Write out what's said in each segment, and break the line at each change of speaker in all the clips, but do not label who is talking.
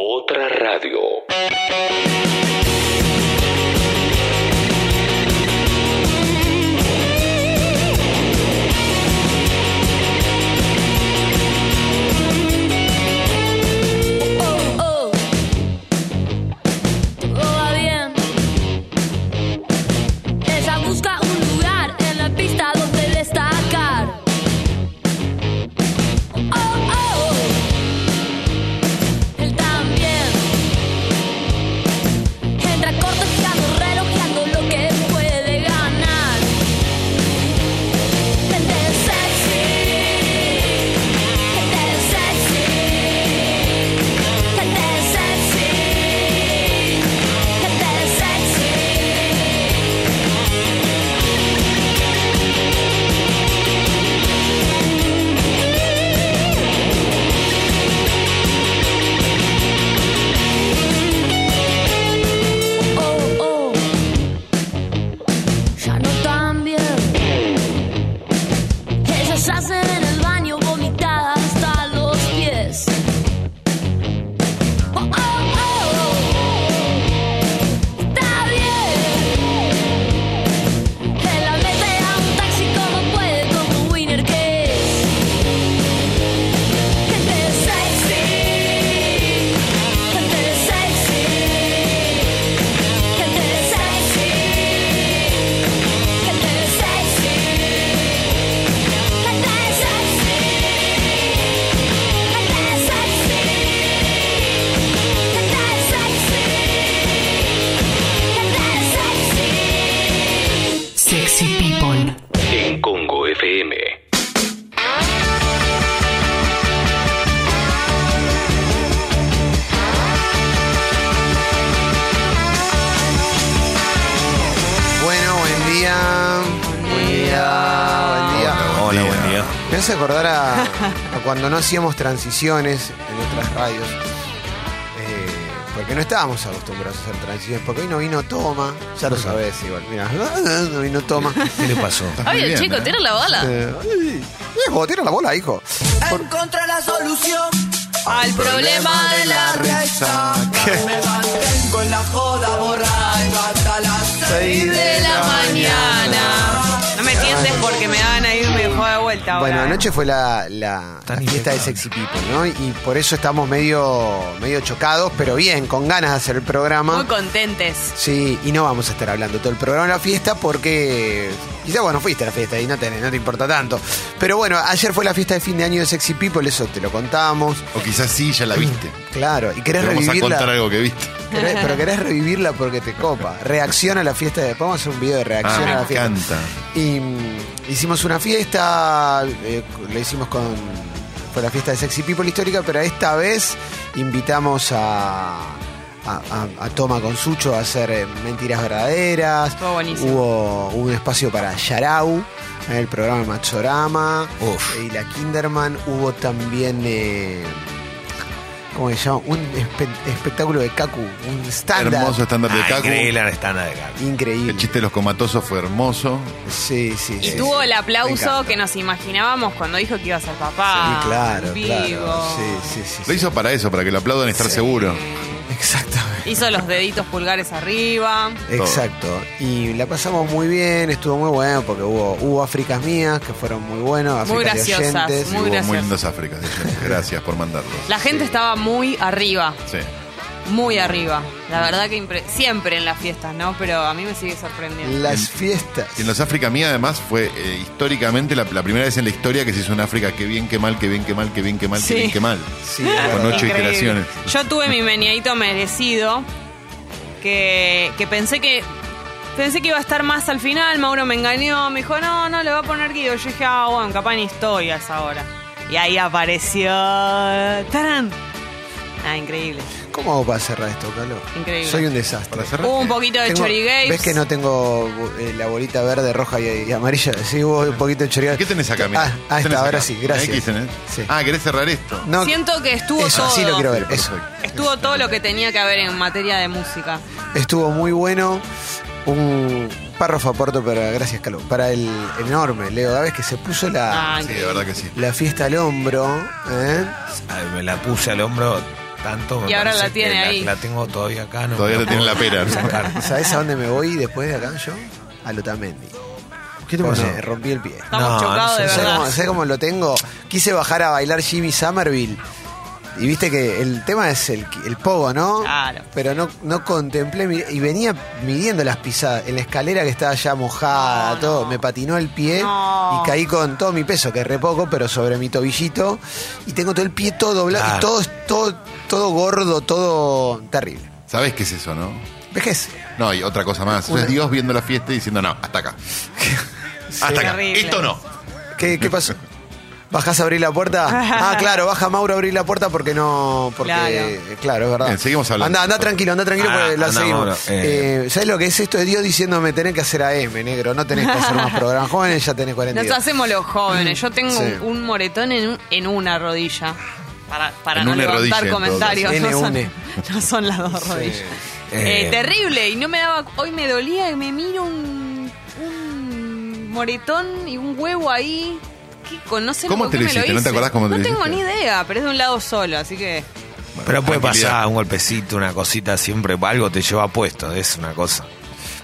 Otra radio.
Oh, todo va bien. Ella busca un lugar en la pista donde destacar. Oh, oh, él también. Entra cortejeando, relojeando lo que puede ganar. Gente sexy, gente sexy. Gente sexy, gente sexy. Oh, oh, ya no tan bien. Ellas hacen en el baño vomitadas hasta los pies. Oh, oh, oh, está bien. Se la mete a un taxi como puede, como un winner que es. Gente sexy, gente sexy, gente sexy, gente sexy, gente sexy, gente sexy.
Sexy People.
En Congo FM.
Bueno, buen día. Buen día. Buen día.
Hola, buen día.
Me hace acordar a, a cuando no hacíamos transiciones en nuestras radios. Eh, porque no estábamos acostumbrados a hacer transiciones. Porque hoy no vino Toma. Ya lo sabes, igual. Mira, no vino Toma.
¿Qué le pasó?
Oye,
bien,
chico,
¿eh?
tira la bola.
Eh, ay, viejo, tira la bola, hijo.
Encontré la solución al
problema de la
resaca. Me mantengo en la joda borracho hasta las
Seis de
De la mañana.
No me sientes porque me van a irme de joda de vuelta ahora.
Bueno,
¿eh?
anoche fue la, la-
Tan
la fiesta de
impecable.
Sexy People, ¿no? Y por eso estamos medio, medio chocados, pero bien, con ganas de hacer el programa.
Muy contentes.
Sí, y no vamos a estar hablando todo el programa de la fiesta porque quizá bueno fuiste a la fiesta y no te, no te importa tanto. Pero bueno, ayer fue la fiesta de fin de año de Sexy People, eso te lo contamos.
O quizás sí, ya la viste.
Claro, y querés
Te vamos a contar
revivirla.
algo que viste.
querés- pero querés revivirla porque te copa. Reacción a la fiesta de. Vamos a hacer un video de reacción a
Ah,
la
me
fiesta.
encanta.
Y mm, hicimos una fiesta, eh, la hicimos con. Fue la fiesta de Sexy People histórica, pero esta vez invitamos a. A, a- a Toma con Sucho a hacer eh, mentiras verdaderas.
Estuvo buenísimo.
Hubo un espacio para Yarau, en el programa Machorama eh,
Uf.
y la Kinderman. Hubo también, eh, ¿cómo se llama? Un espe- espectáculo de Kaku, un estándar.
Hermoso estándar de
Ah,
Kaku.
increíble la estana de Gaby.
Increíble.
El chiste de los comatosos fue hermoso.
Sí, sí,
Y
sí.
tuvo el
Me
aplauso
encanta.
que nos imaginábamos cuando dijo que iba a ser papá.
Sí, claro,
en vivo.
claro. Sí, sí, sí.
Lo
sí.
hizo para eso, para que lo aplaudan y estar seguro.
Exactamente.
Hizo los deditos pulgares arriba.
Exacto. Y la pasamos muy bien, estuvo muy bueno porque hubo, hubo Áfricas mías que fueron muy buenos,
Muy
Áfricas de
graciosas,
oyentes.
Y
Muy
hubo muy
gracioso.
lindas Áfricas. dicen. Gracias por mandarlos.
La gente estaba muy arriba,
Sí.
muy arriba. La verdad que impre- siempre en las fiestas, ¿no? Pero a mí me sigue sorprendiendo.
Las fiestas.
Y en los África Mía, además, fue eh, históricamente la, la primera vez en la historia que se hizo un África que bien, que mal, que bien, que mal, que bien, que mal,
Sí.
que bien, que mal.
Sí, la
Con
verdad.
ocho
Increíble.
iteraciones.
Yo tuve mi meneadito merecido, que, que pensé que pensé que iba a estar más al final. Mauro me engañó, me dijo, no, no, le va a poner Guido. Yo dije, ah, bueno, capaz ni estoy a esa hora. Y ahí apareció. ¡Tarán! Ah, increíble,
¿Cómo hago para cerrar esto, Carlos?
increíble.
Soy un desastre.
Para cerrar.
Hubo un poquito de
eh, Tengo-
chorigapes.
¿Ves que no tengo eh, la bolita verde, roja y, y amarilla? Sí, hubo un poquito de chorigapes.
¿Qué tenés acá, mira?
Ah, ah, está, ahora sí, gracias. Sí.
Ah, ¿querés cerrar esto?
No,
Siento que estuvo
eso,
todo.
sí lo quiero ver. Eso.
Perfecto.
Estuvo todo lo que tenía que haber en materia de música.
Estuvo muy bueno. Un párrafo aporto para, gracias, Carlos, para el enorme Leo Gávez que se puso la,
Ah,
Sí, de verdad que sí.
la fiesta al hombro. ¿eh?
Ah, Me la puse al hombro tanto. me
Y ahora
parece
la tiene
que
ahí.
La, tengo todavía acá. No
Todavía
me
la tiene en la pera.
sacar.
¿Sabes a dónde me voy después de acá yo? A Lotamendi.
¿Qué te pasó?
Me rompí el pie.
Estamos
No,
chocados
no
de
sé,
¿Sabes
verdad.
cómo, sabés cómo lo tengo? Quise bajar a bailar Jimmy Somerville. Y viste que el tema es el, el pogo, ¿no?
Claro.
Pero no, no contemplé mi- y venía midiendo las pisadas. En la escalera que estaba ya mojada,
No,
todo.
no.
Me patinó el pie
No.
y caí con todo mi peso, que es re poco, pero sobre mi tobillito. Y tengo todo el pie todo doblado.
Claro.
Y todo, todo, todo gordo, todo terrible.
¿Sabes qué es eso, no?
Vejez.
No, y otra cosa más. Eso es Dios viendo la fiesta y diciendo, no, hasta acá. Hasta acá.
Terrible.
Esto no.
¿Qué, qué pasó? ¿Bajás a abrir la puerta? Ah, claro, baja Mauro a abrir la puerta porque no. Porque, eh, claro.
Claro.
es verdad.
Bien, seguimos hablando.
Anda, anda tranquilo, anda tranquilo
Ah,
porque la
anda,
seguimos.
Mauro, eh.
Eh, ¿Sabes lo que es esto de Dios diciéndome tenés que hacer AM, negro? No tenés que hacer más programas jóvenes, ya tenés 40.
Nos hacemos los jóvenes. Yo tengo
Sí.
un, un moretón en, un- en una rodilla. Para, para
En
no
una rodilla,
levantar
en todo
comentarios.
caso.
No
N,
son, no son las dos rodillas. Eh,
Eh,
terrible. Y no me daba. Hoy me dolía y me miro un, un moretón y un huevo ahí. ¿Qué? Con- no sé
¿Cómo
por
te
qué
lo
me
hiciste? ¿No te
hice.
acordás cómo te
No
lo
tengo ni
hiciste?
idea, pero es de un lado solo, así que.
Pero puede
Tranquilidad.
pasar un golpecito, una cosita, siempre algo te lleva puesto, es una cosa.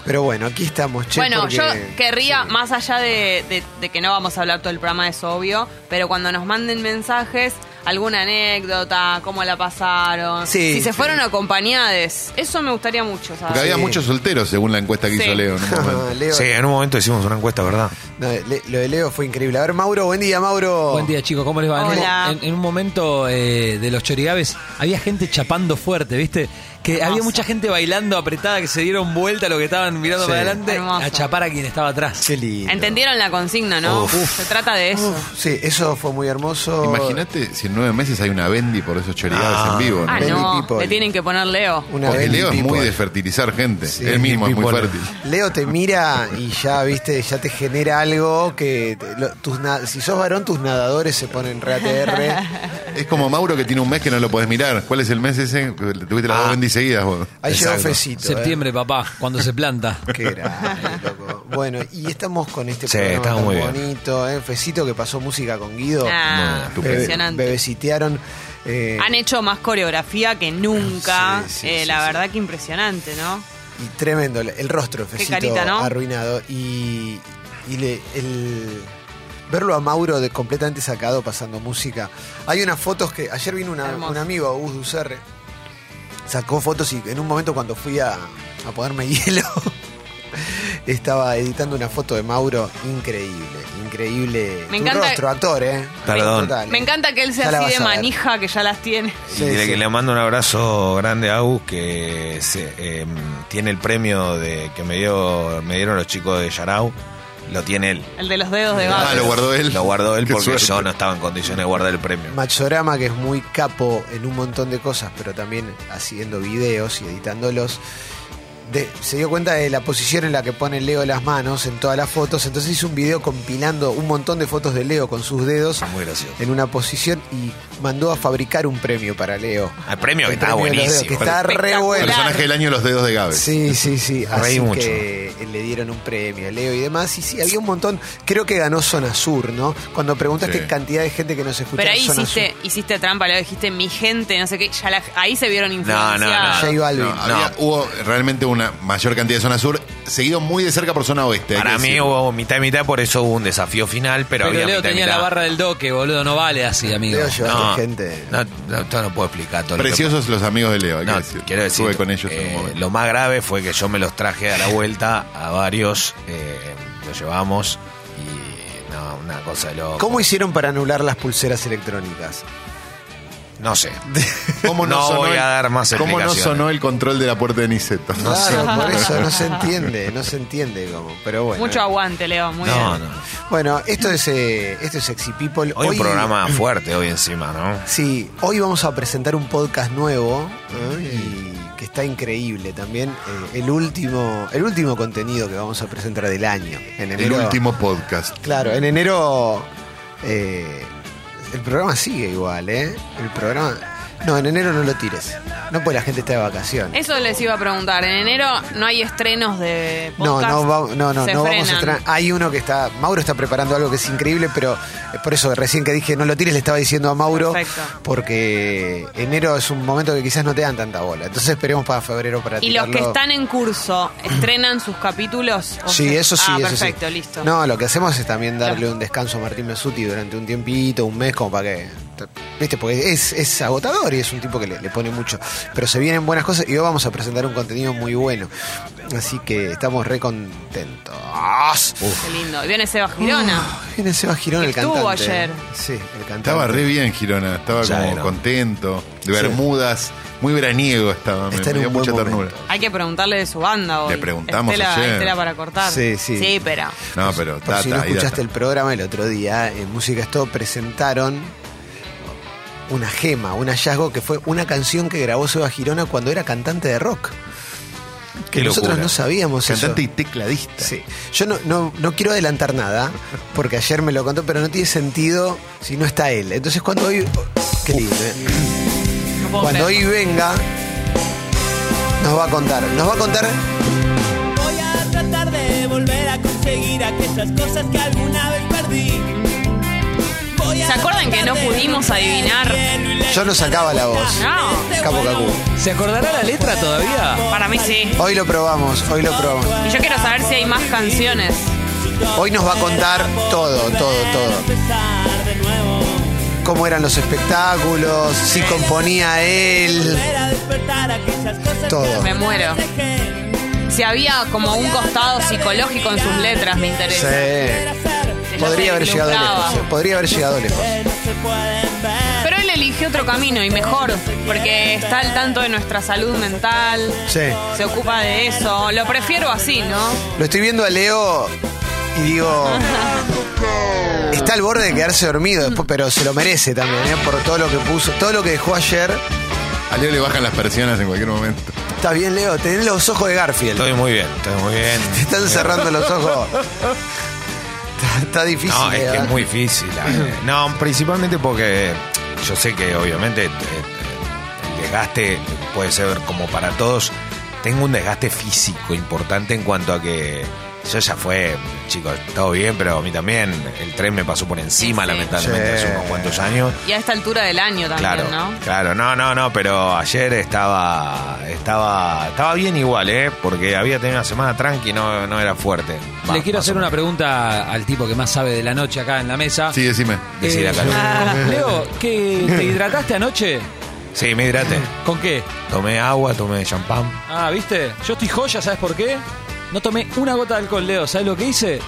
Pero bueno, aquí estamos, che.
bueno,
porque-
yo querría, más allá de, de- de que no vamos a hablar todo el programa, es obvio, pero cuando nos manden mensajes, alguna anécdota, cómo la pasaron,
Sí,
si se
sí.
fueron acompañadas, eso me gustaría mucho,
Porque
¿sabes?
había muchos solteros, según la encuesta que
Sí.
hizo Leo. en un momento.
Leo-
Sí, en un momento hicimos una encuesta, ¿verdad?
no, Le- lo de Leo fue increíble. A ver, Mauro, buen día, Mauro.
Buen día chicos, ¿cómo les va? En un-
Hola.
En, en un momento eh, de los chorigaves había gente chapando fuerte, ¿viste? Que había
Hermoso.
mucha gente bailando apretada, que se dieron vuelta a lo que estaban mirando
Sí.
para adelante
Hermoso.
a chapar a quien estaba atrás.
Qué lindo.
Entendieron la consigna, ¿no?
Uf.
se trata de eso.
Uf, sí, eso fue muy hermoso.
Imagínate si en nueve meses hay una Bendy por esos chorigados
Ah.
en vivo. ¿no?
ah,
Bendy
no,
people.
le tienen que poner Leo.
Una
Porque
vez
Leo es muy
people.
de fertilizar gente.
Sí,
Él mismo es muy
people.
fértil.
Leo te mira y ya, viste, ya te genera algo que te- lo- tus na- si sos varón tus nadadores se ponen re ATR.
Es como Mauro que tiene un mes que no lo podés mirar. ¿Cuál es el mes ese? Que le Tuviste las dos Bendy seguidas vos.
Ahí llegó
Exacto.
Fecito. eh.
Septiembre, papá, cuando se planta.
Qué grande, loco. Bueno, y estamos con este
Sí,
programa
está
tan
muy bien.
bonito, eh, Fecito que pasó música con Guido.
Ah,
Bebe-
impresionante. Ah,
Bebecitearon. eh,
Han hecho más coreografía que nunca,
Ah, Sí, sí,
eh,
sí,
la
sí.
verdad que impresionante, ¿no?
Y tremendo, el rostro de Fecito
carita, ¿no?
arruinado. Y, y le- el, verlo a Mauro de completamente sacado pasando música. Hay unas fotos que. Ayer vino una-
Hermoso.
un amigo, Gus Ducerre, sacó fotos y en un momento cuando fui a, a ponerme hielo. Estaba editando una foto de Mauro increíble, increíble.
Me
Tu
encanta-
rostro, actor, ¿eh?
Perdón.
Total.
Me encanta que él sea
Ya la
así de
vas a ver.
manija que ya las tiene.
Sí,
y dile
sí.
que le mando un abrazo grande a Agus, que se, eh, tiene el premio de que me, dio, me dieron los chicos de Yarau. Lo tiene él.
El de los dedos de
Ah,
gato.
lo guardó él.
Lo guardó él
Qué
porque
suerte.
yo no estaba en condiciones de guardar el premio.
Machorama, que es muy capo en un montón de cosas, pero también haciendo videos y editándolos, de- se dio cuenta de la posición en la que pone Leo las manos en todas las fotos. Entonces hizo un video compilando un montón de fotos de Leo con sus dedos
Muy gracioso.
en una posición y mandó a fabricar un premio para Leo.
Ah, El premio que
El
está
premio de los dedos,
buenísimo.
que está re
Espectacular.
bueno.
Personaje del año Los Dedos de Gabe.
Sí, sí, sí. Así
Reí mucho.
que le dieron un premio a Leo y demás. Y sí, había un montón. Creo que ganó Zona Sur, ¿no? Cuando preguntaste
Sí.
cantidad de gente que nos escuchaba.
Pero ahí
Zona
hiciste, hiciste trampa, luego dijiste mi gente, no sé qué, ya la- ahí se vieron influenciados.
no,
Sur, J Balvin.
No, había- hubo realmente una mayor cantidad de zona sur, seguido muy de cerca por zona oeste. hay
Para
que
mí
decirlo.
hubo mitad y mitad, por eso hubo un desafío final,
Pero
pero, había
Leo
mitad y
tenía
mitad.
la barra del doque, boludo, no vale así, amigo.
Leo llevaste
No,
gente.
no, no, yo no puedo explicar todo lo que
Preciosos los amigos de Leo. hay que
No,
decirlo.
quiero decir,
Estuve con ellos en
eh,
un momento.
lo más grave fue que yo me los traje a la vuelta a varios, eh, los llevamos y no, una cosa de loco.
¿Cómo hicieron para anular las pulseras electrónicas?
No sé.
¿Cómo
no
sonó
voy
el-
a dar más
¿Cómo no
explicaciones.
sonó el control de la puerta de Niceto?
claro, por eso no se entiende, no se entiende cómo. Pero bueno.
Mucho aguante, Leo, muy
No,
bien.
no.
Bueno, esto es eh, esto es Sexy People.
Hoy, un programa fuerte hoy encima, ¿no?
Sí, hoy vamos a presentar un podcast nuevo ¿eh? y que está increíble también. eh, el último, el último contenido que vamos a presentar del año. En
El
enero,
último podcast.
Claro, en enero eh, el programa sigue igual, ¿eh? El programa. No, en enero no lo tires. No, pues la gente está de vacaciones.
Eso les iba a preguntar. En enero no hay estrenos de
No,
podcast.
no, va- no, no,
Se
no vamos a
frenan.
estrenar. Hay uno que está. Mauro está preparando algo que es increíble, pero eh, por eso recién que dije no lo tires, le estaba diciendo a Mauro.
Perfecto.
Porque enero es un momento que quizás no te dan tanta bola. Entonces esperemos para febrero para
Y los que
Ah, tirarlo.
están en curso, ¿estrenan sus capítulos? ¿O
Sí,
se-
eso sí,
Ah,
eso sí.
perfecto, listo.
No, lo que hacemos es también darle un descanso a Martín Mesuti durante un tiempito, un mes, como para que. ¿Viste? Porque es, es agotador y es un tipo que le, le pone mucho. Pero se vienen buenas cosas y hoy vamos a presentar un contenido muy bueno. Así que estamos re contentos.
Qué lindo. Y viene Seba Girona.
Ah, Viene Seba Girón, el
Que estuvo
cantante.
ayer.
Sí, el cantante.
Estaba re bien Girona, estaba
Ya
como
era.
contento, de
Sí.
Bermudas, muy veraniego estaba, me,
Está en
me
un buen
dio mucha
momento.
ternura.
Hay que preguntarle de su banda hoy.
Le preguntamos
Estela,
ayer.
Estela para cortar.
Sí, sí.
Sí, pero...
No, pero
Por
data,
si no
hay
escuchaste
data.
el programa el otro día, en Música Stop presentaron una gema, un hallazgo que fue una canción que grabó Seba Girona cuando era cantante de rock. Que
Qué
nosotros
locura.
no sabíamos
Cantante y
eso.
tecladista.
Sí. Yo no, no, no quiero adelantar nada, porque ayer me lo contó, pero no tiene sentido si no está él. Entonces cuando hoy. Qué lindo, ¿eh?
no puedo
Cuando
creer.
hoy venga, nos va a contar. Nos va a contar
Voy a tratar de volver a conseguir aquellas cosas que alguna vez perdí. Voy a
¿Se acuerdan que no
tratar de
pudimos adivinar?
Yo no sacaba la voz.
No.
Capo Cacú.
¿Se acordará la letra todavía?
Para mí sí.
Hoy lo probamos, hoy lo probamos.
Y yo quiero saber si hay más canciones.
Hoy nos va a contar todo, todo, todo. Cómo eran los espectáculos, si componía él. Todo.
Me muero. Si había como un costado psicológico en sus letras, me
Sí.
interesa.
Podría haber llegado lejos. eh. Podría haber llegado lejos.
Pero él eligió otro camino y mejor, porque está al tanto de nuestra salud mental,
Sí.
se ocupa de eso. Lo prefiero así, ¿no?
Lo estoy viendo a Leo y digo. Está al borde de quedarse dormido, después, pero se lo merece también, eh, por todo lo que puso, todo lo que dejó ayer.
A Leo le bajan las persianas en cualquier momento.
Está bien, Leo, tenés los ojos de Garfield.
Estoy muy bien, estoy muy bien.
Te están cerrando los ojos. Está, está difícil.
No, es
Leo,
que
¿eh?
es muy difícil. eh. No, principalmente porque yo sé que obviamente eh, el desgaste puede ser como para todos. Tengo un desgaste físico importante en cuanto a que yo ya fue, chicos, todo bien, pero a mí también el tren me pasó por encima,
Sí.
lamentablemente,
Sí.
hace unos cuantos años.
Y a esta altura del año también,
Claro,
¿no?
claro, no, no, no, pero ayer estaba, estaba, estaba bien igual, ¿eh? Porque había tenido una semana tranqui, no, no era fuerte. Va,
Le quiero
más
hacer
o
una
menos.
pregunta al tipo que más sabe de la noche acá en la mesa. Eh,
Sí, decime.
Decí la cara.
Leo, ¿qué, ¿te hidrataste anoche?
Sí, me hidraté.
¿Con qué?
Tomé agua, tomé champán.
Ah, ¿viste? Yo estoy joya, ¿sabes por qué? No tomé una gota de alcohol, Leo. ¿Sabes lo que hice?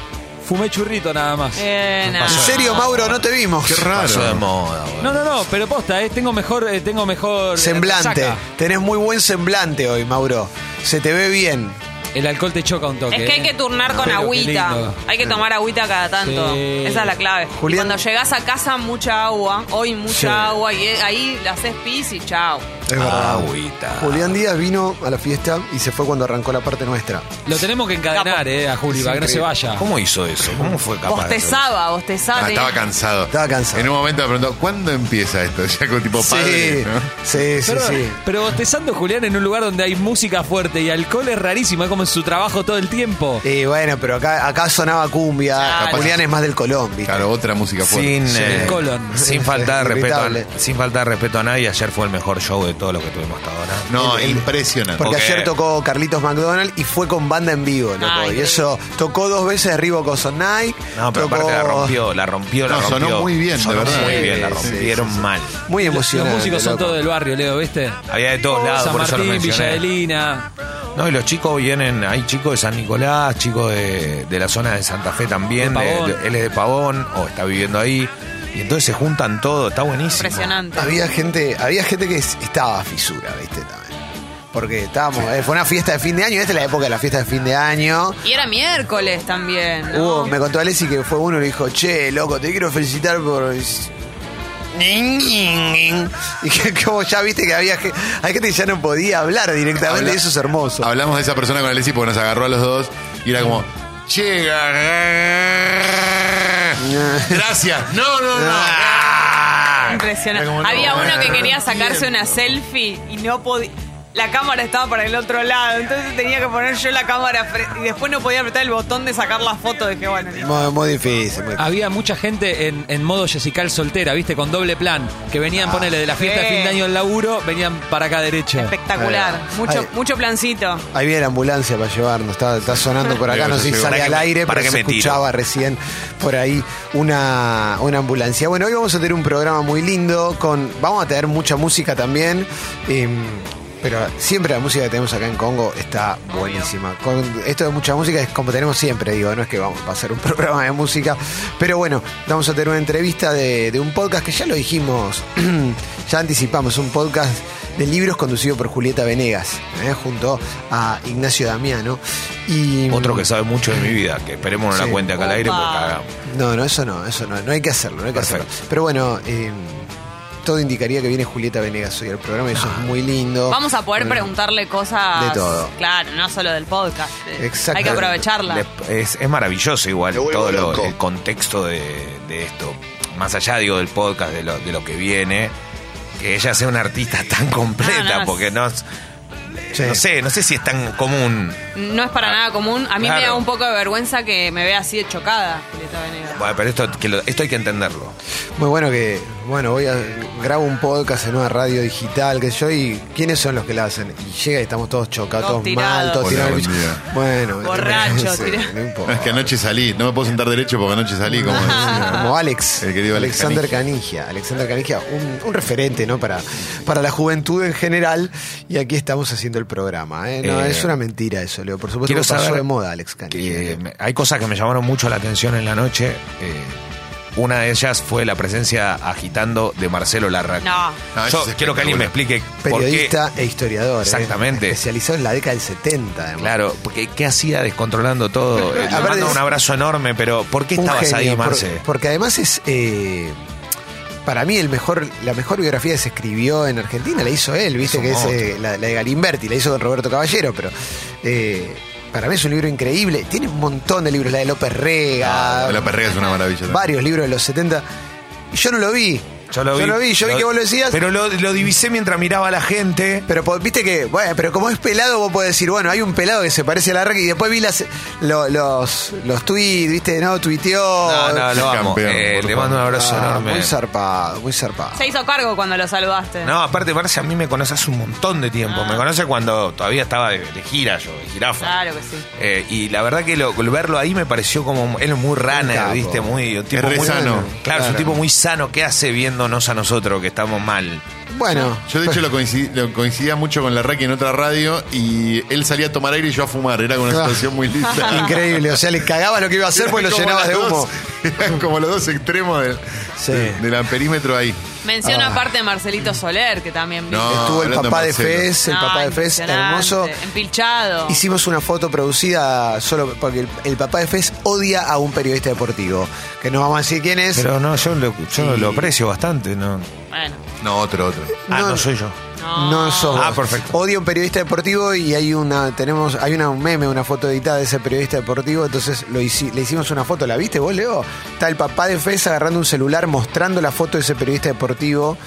Fumé churrito nada más.
Eh, nada.
En serio, Mauro, no te vimos.
Qué
Pasó de
raro.
moda, boludo.
No, no, no, pero posta, eh, tengo mejor, eh, tengo mejor eh,
Semblante.
resaca.
Tenés muy buen semblante hoy, Mauro. Se te ve bien.
El alcohol te choca un toque.
Es que hay
eh.
que turnar con
Pero qué
agüita.
lindo.
Hay que tomar agüita cada tanto.
Sí.
Esa es la clave. Y
Julián-
cuando llegás a casa, mucha agua. Hoy mucha
Sí.
agua. Y eh, ahí la haces pis y chao.
Es verdad.
Agüita.
Julián Díaz vino a la fiesta y se fue cuando arrancó la parte nuestra.
Lo tenemos que encadenar, eh, a Juli, para que no se vaya.
¿Cómo hizo eso? ¿Cómo fue capaz? de hacer eso?
Bostezaba,
Ah,
bostezaba.
estaba cansado.
Estaba cansado.
En un momento me preguntó, ¿cuándo empieza esto? Ya con tipo padre,
sí,
¿no?
sí, sí,
Pero,
sí.
pero bostezando Julián en un lugar donde hay música fuerte y alcohol es rarísimo, es como en su trabajo todo el tiempo.
Y bueno, pero acá, acá sonaba cumbia.
Claro.
Julián es más del Colón, ¿viste?
Claro, otra música fuerte.
Sin, eh,
el colon.
sin faltar de respeto
Irritable.
a, sin faltar de respeto a nadie, ayer fue el mejor show de todo lo que tuvimos hasta ahora.
No, impresionante.
Porque
Ok.
ayer tocó Carlitos McDonald y fue con banda en vivo, loco.
Ay,
y eso tocó dos veces Rivo Nike.
No, pero
tocó...
aparte la rompió, la rompió, la
No,
rompió.
sonó muy bien, de
Sonó
verdad.
muy bien, la
Sí, sí,
rompieron
sí, sí.
mal.
Muy emocionante.
Los músicos son
loco.
todo del barrio, Leo, ¿viste?
Había de todos lados,
Oh, San
por eso lo
Martín,
mencioné.
Villadelina.
No, y los chicos vienen, hay chicos de San Nicolás, chicos de, de la zona de Santa Fe también,
De
de-
Pavón.
de- él es de Pavón o está viviendo ahí, y entonces se juntan todo, está buenísimo.
Impresionante.
Había gente, había gente que es- estaba a fisura, ¿viste? También. Porque estábamos, eh, fue una fiesta de fin de año, esta es la época de la fiesta de fin de año.
Y era miércoles también. ¿no?
Hubo, me contó Alessi que fue uno y le dijo, che, loco, te quiero felicitar por. Y que como ya viste que había ge- hay gente que ya no podía hablar directamente,
Habla-
y eso es hermoso.
Hablamos de esa persona con Alessi porque nos agarró a los dos y era como, che, gar- gracias. No, no, no.
Ah.
Impresionante.
Era como,
Había
no,
uno que
eh,
quería sacarse
bien.
una selfie y no podía. La cámara estaba para el otro lado, entonces tenía que poner yo la cámara fre- y después no podía apretar el botón de sacar la foto. Dije, bueno, listo.
Muy, muy difícil. muy difícil.
Había mucha gente en, en modo Jessical soltera, ¿viste? Con doble plan. Que
Ah,
venían, ponele, de la fiesta
sí.
de fin de año al laburo, venían para acá derecho.
espectacular.
Ahí va.
Mucho,
Ahí.
mucho plancito.
Ahí viene la ambulancia para llevarnos, está, está sonando por acá,
Pero
no sé si
se llegó.
sale
Para
al
que me-
aire,
para
pero
que
se
me tiro.
escuchaba recién por ahí una, una ambulancia. Bueno, hoy vamos a tener un programa muy lindo, con vamos a tener mucha música también, eh, pero siempre la música que tenemos acá en Congo está buenísima. Con esto de mucha música es como tenemos siempre, digo, no es que vamos a pasar un programa de música, pero bueno, vamos a tener una entrevista de, de un podcast que ya lo dijimos, ya anticipamos, un podcast de libros conducido por Julieta Venegas, ¿eh? junto a Ignacio Damiano. Y,
Otro que sabe mucho de mi vida, que esperemos no
Sí.
la cuente acá al aire porque cagamos.
No, no, eso no, eso no, no hay que hacerlo, no hay que
Perfecto.
hacerlo. Pero bueno, eh, todo indicaría que viene Julieta Venegas hoy al programa, y eso es muy lindo. Eh,
Vamos a poder
Bueno,
preguntarle cosas.
De todo.
Claro, no solo del podcast. eh,
Exactamente.
Hay que aprovecharla.
Le- Es, es maravilloso igual
Me vuelvo
todo lo-
loco.
el contexto de, de esto. Más allá, digo, del podcast, de lo, de lo que viene. Que ella sea una artista tan completa,
No, no,
porque no, es-
Sí.
no sé, no sé si es tan común.
No es para
Ah,
nada común. A mí me
claro.
da un poco de vergüenza que me vea así de chocada, Julieta Venegas.
Bueno, pero esto, que lo- esto hay que entenderlo.
Muy bueno que, bueno, voy a grabo un podcast en una radio digital, que yo, y ¿quiénes son los que la hacen? Y llega y estamos todos chocados,
Todos
todos mal, todos
Hola,
tirados.
buen día.
Bueno,
Borrachos,
sí,
tirados.
no importa.
No, es que anoche salí, no me puedo sentar derecho porque anoche salí
Ah.
como.
Como Alex,
El querido Alex
Alexander Canigia. Alexander Canigia, un, un referente ¿no? para, para la juventud en general. Y aquí estamos haciendo el programa. ¿eh? No,
Eh,
es una mentira eso, Leo. Por supuesto,
quiero
que pasó
saber
de moda Alex
que
Canigia.
me- hay cosas que me llamaron mucho la atención en la noche. Eh, una de ellas fue la presencia agitando de Marcelo Larraca.
No.
No, eso
Yo
es
quiero que alguien me explique por qué.
Periodista e historiador. ¿eh?
Exactamente.
Especializado en la década del 70, además.
Claro, porque ¿qué hacía descontrolando todo? Eh,
A
Le
ver,
mando
es-
un abrazo enorme, pero ¿por qué
Un
estabas
genio,
ahí,
por-
Marce?
porque además es. eh, para mí, el mejor, la mejor biografía que se escribió en Argentina la hizo él, viste,
Es un
que es
monstruo.
eh, la, la de Galimberti, la hizo don Roberto Caballero, pero eh, para mí es un libro increíble. Tiene un montón de libros, la de López
Ah,
Rega,
La perrega es una maravilla. también.
varios libros de los 70. Y Yo no lo vi. yo yo vi que vos lo decías. Pero,
Pero lo, lo divisé mientras miraba a la gente.
po- viste que, bueno, pero como es pelado, vos podés decir, bueno, hay un pelado que se parece a la Rega y después vi las, lo- los, los tweets, viste, no, tuiteó.
No, no, lo amo.
campeón,
Eh,
por
le
favor.
mando un abrazo
Ah,
enorme.
Muy zarpado, muy zarpado.
Se hizo cargo cuando lo saludaste.
No, aparte, Marce, a mí me conoces hace un montón de tiempo.
Ah.
Me conoce cuando todavía estaba de, de gira yo, de jirafa.
Claro que sí.
Eh, y la verdad que lo, verlo ahí me pareció como. Él es muy rana,
capo.
¿viste? Muy. un tipo
Es re
muy
sano.
Claro, es un
Claro.
tipo muy sano que hace viéndonos a nosotros que estamos mal.
Bueno,
Yo de hecho lo, coincidí- lo coincidía mucho con la Raki en otra radio y él salía a tomar aire y yo a fumar. Era como una
Ah.
situación muy linda.
increíble. O sea, le cagabas lo que iba a hacer
Eran
pues lo
como
llenabas de
las
humo.
dos- eran como los dos extremos del,
Sí.
del- del amperímetro ahí.
Menciona
Ah.
aparte a Marcelito Soler, que también vi.
No,
Estuvo el
hablando
papá
de
de
Marcelo.
Fez, el
No,
papá de Fez,
impresionante.
hermoso.
Empilchado.
Hicimos una foto producida solo porque el, el papá de Fez odia a un periodista deportivo. Que no vamos a decir quién es.
Pero no, yo lo, yo
Y-
lo aprecio bastante. No.
Bueno.
No, otro, otro.
Ah,
No.
no soy yo.
No.
No somos.
Ah, perfecto.
Odia a un periodista deportivo y hay una, tenemos, hay una, un meme, una foto editada de ese periodista deportivo, entonces lo hici- le hicimos una foto, ¿la viste vos, Leo? Está el papá de Fez agarrando un celular mostrando la foto de ese periodista deportivo.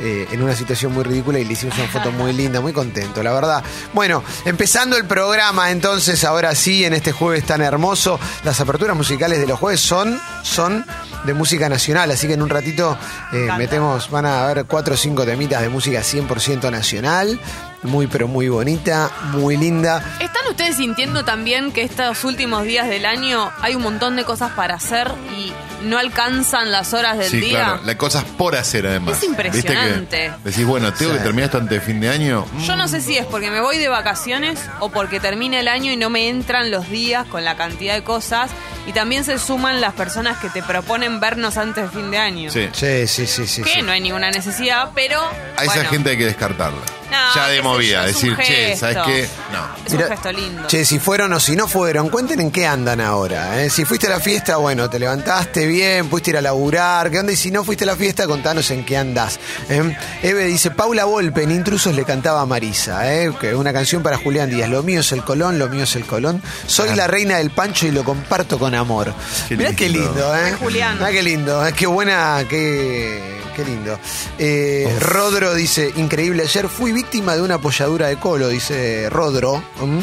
eh, en una situación muy ridícula y le hicimos una foto muy linda, muy contento, la verdad. Bueno, empezando el programa entonces, ahora sí, en este jueves tan hermoso, las aperturas musicales de los jueves son, son de música nacional, así que en un ratito eh, metemos, van a haber cuatro o cinco temitas de música 100% nacional, muy pero muy bonita, muy linda.
¿Están ustedes sintiendo también que estos últimos días del año hay un montón de cosas para hacer y no alcanzan las horas del
Sí,
día?
claro. La cosa es por hacer, además.
Es
¿Viste que
impresionante.
decís, bueno, tengo
Sí.
que terminar esto antes de fin de año.
Yo no sé si es porque me voy de vacaciones o porque termina el año y no me entran los días con la cantidad de cosas. Y también se suman las personas que te proponen vernos antes de fin de año.
Sí.
Sí, sí, sí, sí.
Que
sí.
no hay ninguna necesidad, pero.
A esa
bueno,
gente hay que descartarla.
No,
ya
qué
de
sé
movida.
yo, es
Decir,
un
che,
gesto".
¿sabes qué? No.
Es
Mirá,
un gesto lindo.
Che, si fueron o si no fueron, cuenten en qué andan ahora. ¿eh? Si fuiste a la fiesta, bueno, te levantaste bien, pudiste ir a laburar, ¿qué onda? Y si no fuiste a la fiesta, contanos en qué andás. ¿eh? Eve dice, Paula Volpe en Intrusos le cantaba a Marisa, ¿eh? Que una canción para Julián Díaz, lo mío es el Colón, lo mío es el Colón, soy la reina del pancho y lo comparto con amor.
Qué
Mirá qué
lindo.
lindo, ¿eh?
Julián.
Mirá qué lindo, es qué buena, qué... Qué lindo. Eh, Rodro dice, increíble, ayer fui víctima de una apoyadura de colo, dice Rodro. ¿m?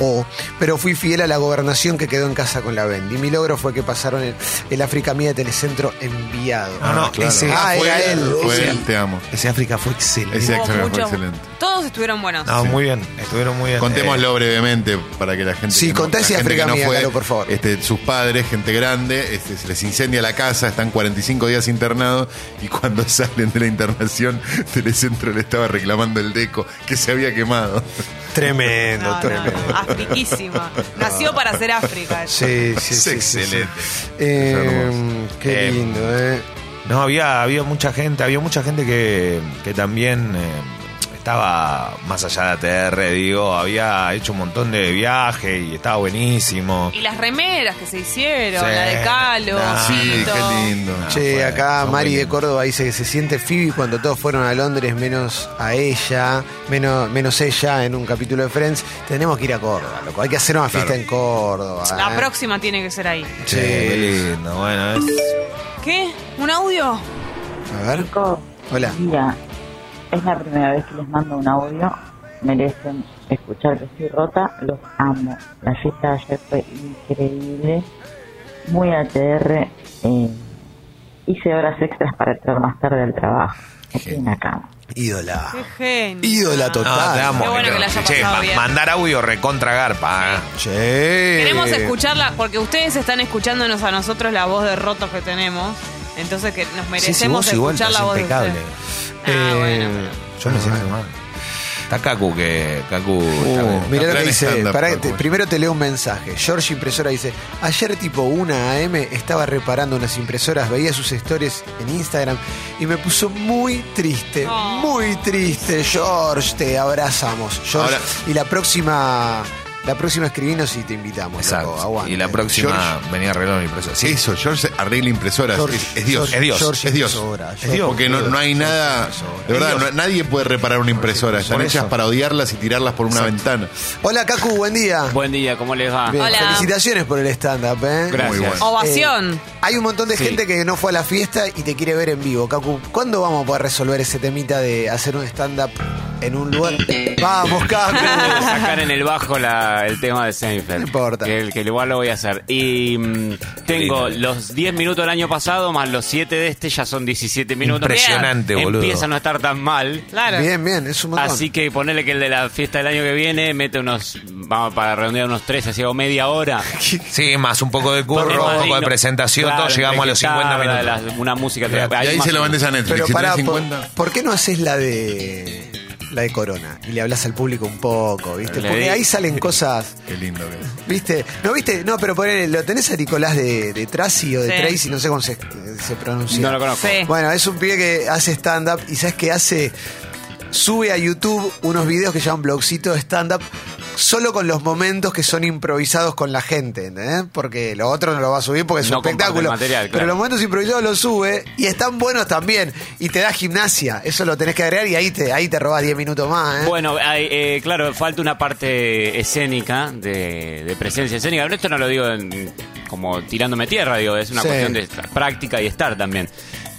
O, pero fui fiel a la gobernación que quedó en casa con la Bendy. Mi logro fue que pasaron el, el África Mía de Telecentro enviado.
No, no, ese-
Ah,
fue
era él.
Fue
Ese-
él, te amo.
Ese África fue excelente.
Ese
Hubo
examen fue
mucho-
excelente.
Todos estuvieron buenos.
No, muy bien, estuvieron muy bien.
Contémoslo brevemente para que la gente.
Sí,
que no-
contá
la
ese
gente
África
que
Mía, Galo, por favor.
Este, sus padres, gente grande, este, se les incendia la casa, están 45 días internados y cuando salen de la internación, Telecentro le estaba reclamando el deco que se había quemado.
Eh, tremendo,
No, no,
tremendo.
no, afriquísima. Nació para ser África.
Sí, sí,
Es
sí, sí, sí.
excelente.
Eh,
Es hermoso. Em.
qué
Eh,
lindo, eh.
No, había, había mucha gente, había mucha gente que, que también eh, estaba más allá de ATR, digo, había hecho un montón de viaje y estaba buenísimo.
Y las remeras que se hicieron,
Sí.
la de Calo.
Ah,
Sí,
Fito.
qué lindo.
Che,
fue-
acá
fue
Mari
muy
de
lindo.
Córdoba dice que se siente Phoebe cuando todos fueron a Londres menos a ella, menos, menos ella en un capítulo de Friends. Tenemos que ir a Córdoba, loco. Hay que hacer una fiesta en Córdoba.
La
eh.
próxima tiene que ser ahí.
Sí, qué lindo, bueno, eh. es-
¿Qué? ¿Un audio?
A ver.
Chicos,
Hola.
mira, es la primera vez que les mando un audio. Merecen escuchar que estoy rota. Los amo. La fiesta de ayer fue increíble. Muy ATR. eh, hice horas extras para entrar más tarde al trabajo. Estoy en la cama.
Ídola.
Qué genio.
Ídola
No, te
total.
amo.
Qué bueno que la haya pasado
ma-
bien.
mandar audio recontra garpa. ¿eh?
Che.
Queremos escucharla, porque ustedes están escuchándonos a nosotros la voz de rotos que tenemos. Entonces que nos
Sí, sí,
merecemos
vos igual
escuchar la
estás
voz
impecable.
de ustedes. Ah, bueno,
Eh,
Yo me siento mal. Uh, Está Kaku que. Kaku. está bien.
Mirá lo que
Gran
dice.
estándar,
Pará,
Paco.
te- primero te leo un mensaje. George Impresora dice: Ayer, tipo 1 AM, estaba reparando unas impresoras, veía sus stories en Instagram y me puso muy triste.
Oh.
Muy triste, George. Te abrazamos, George.
Ahora-
y la próxima. La próxima escribinos y te invitamos.
Exacto.
loco, aguante.
y la próxima
George.
venía arreglado mi impresora. Sí,
Eso, George arregla impresoras.
George-
es, es Dios.
George-
es Dios.
George
es Dios.
impresora,
Es
George
Dios, Porque no, no hay nada. De verdad, no- nadie puede reparar una impresora. Están
Por
hechas
eso.
para odiarlas y tirarlas por una ventana.
Hola, Kaku, buen día.
Buen día, ¿cómo les va?
Bien,
Hola.
Felicitaciones por el stand-up, ¿eh?
Gracias.
Muy
Oh,
bueno.
Ovación.
Eh, hay un montón de
Sí.
gente que no fue a la fiesta y te quiere ver en vivo. Cacu, ¿cuándo vamos a poder resolver ese temita de hacer un stand-up en un lugar? Vamos, Cacu.
Sacar en el bajo la- el tema de Seinfeld.
No importa.
Que, el- que igual lo voy a hacer. Y mm, tengo los 10 minutos del año pasado más los 7 de este, ya son 17 minutos.
Impresionante,
Bien.
boludo.
Empieza a no estar tan mal.
Claro.
Bien, bien, es un montón.
Así que ponele que el de la fiesta del año que viene mete unos, vamos para redondear unos 13, así o media hora.
Sí, más un poco de curro,
Porque
un poco de
Madrid no-
presentación,
Claro,
todos llegamos a los 50
guitarra,
minutos.
las- una música.
Y ahí se lo mandes a Netflix.
Pero
si
pará,
tenés
por,
50.
por qué no haces la de la de Corona? Y le hablas al público un poco, ¿viste?
Le
Porque
di-
ahí salen cosas,
Qué lindo que es.
¿viste? ¿No viste? No, pero ponele, lo tenés a Nicolás de, de Tracy o de
Sí.
Tracy, no sé cómo se, se pronuncia.
No lo conozco.
Sí.
Bueno, es un pibe que hace stand-up y sabes que hace. Sube a YouTube unos videos que llaman blogcito de stand-up solo con los momentos que son improvisados con la gente, ¿entendés? Porque lo otro no lo va a subir porque es
No
un espectáculo.
comparte el material,
Pero
claro.
los momentos improvisados los sube y están buenos también. Y te da gimnasia. Eso lo tenés que agregar y ahí te, ahí te robás 10 minutos más, ¿eh?
Bueno, hay, eh, claro, falta una parte escénica, de, de presencia escénica. Pero esto no lo digo en- como tirándome tierra, digo, es una
Sí.
cuestión de práctica y estar también.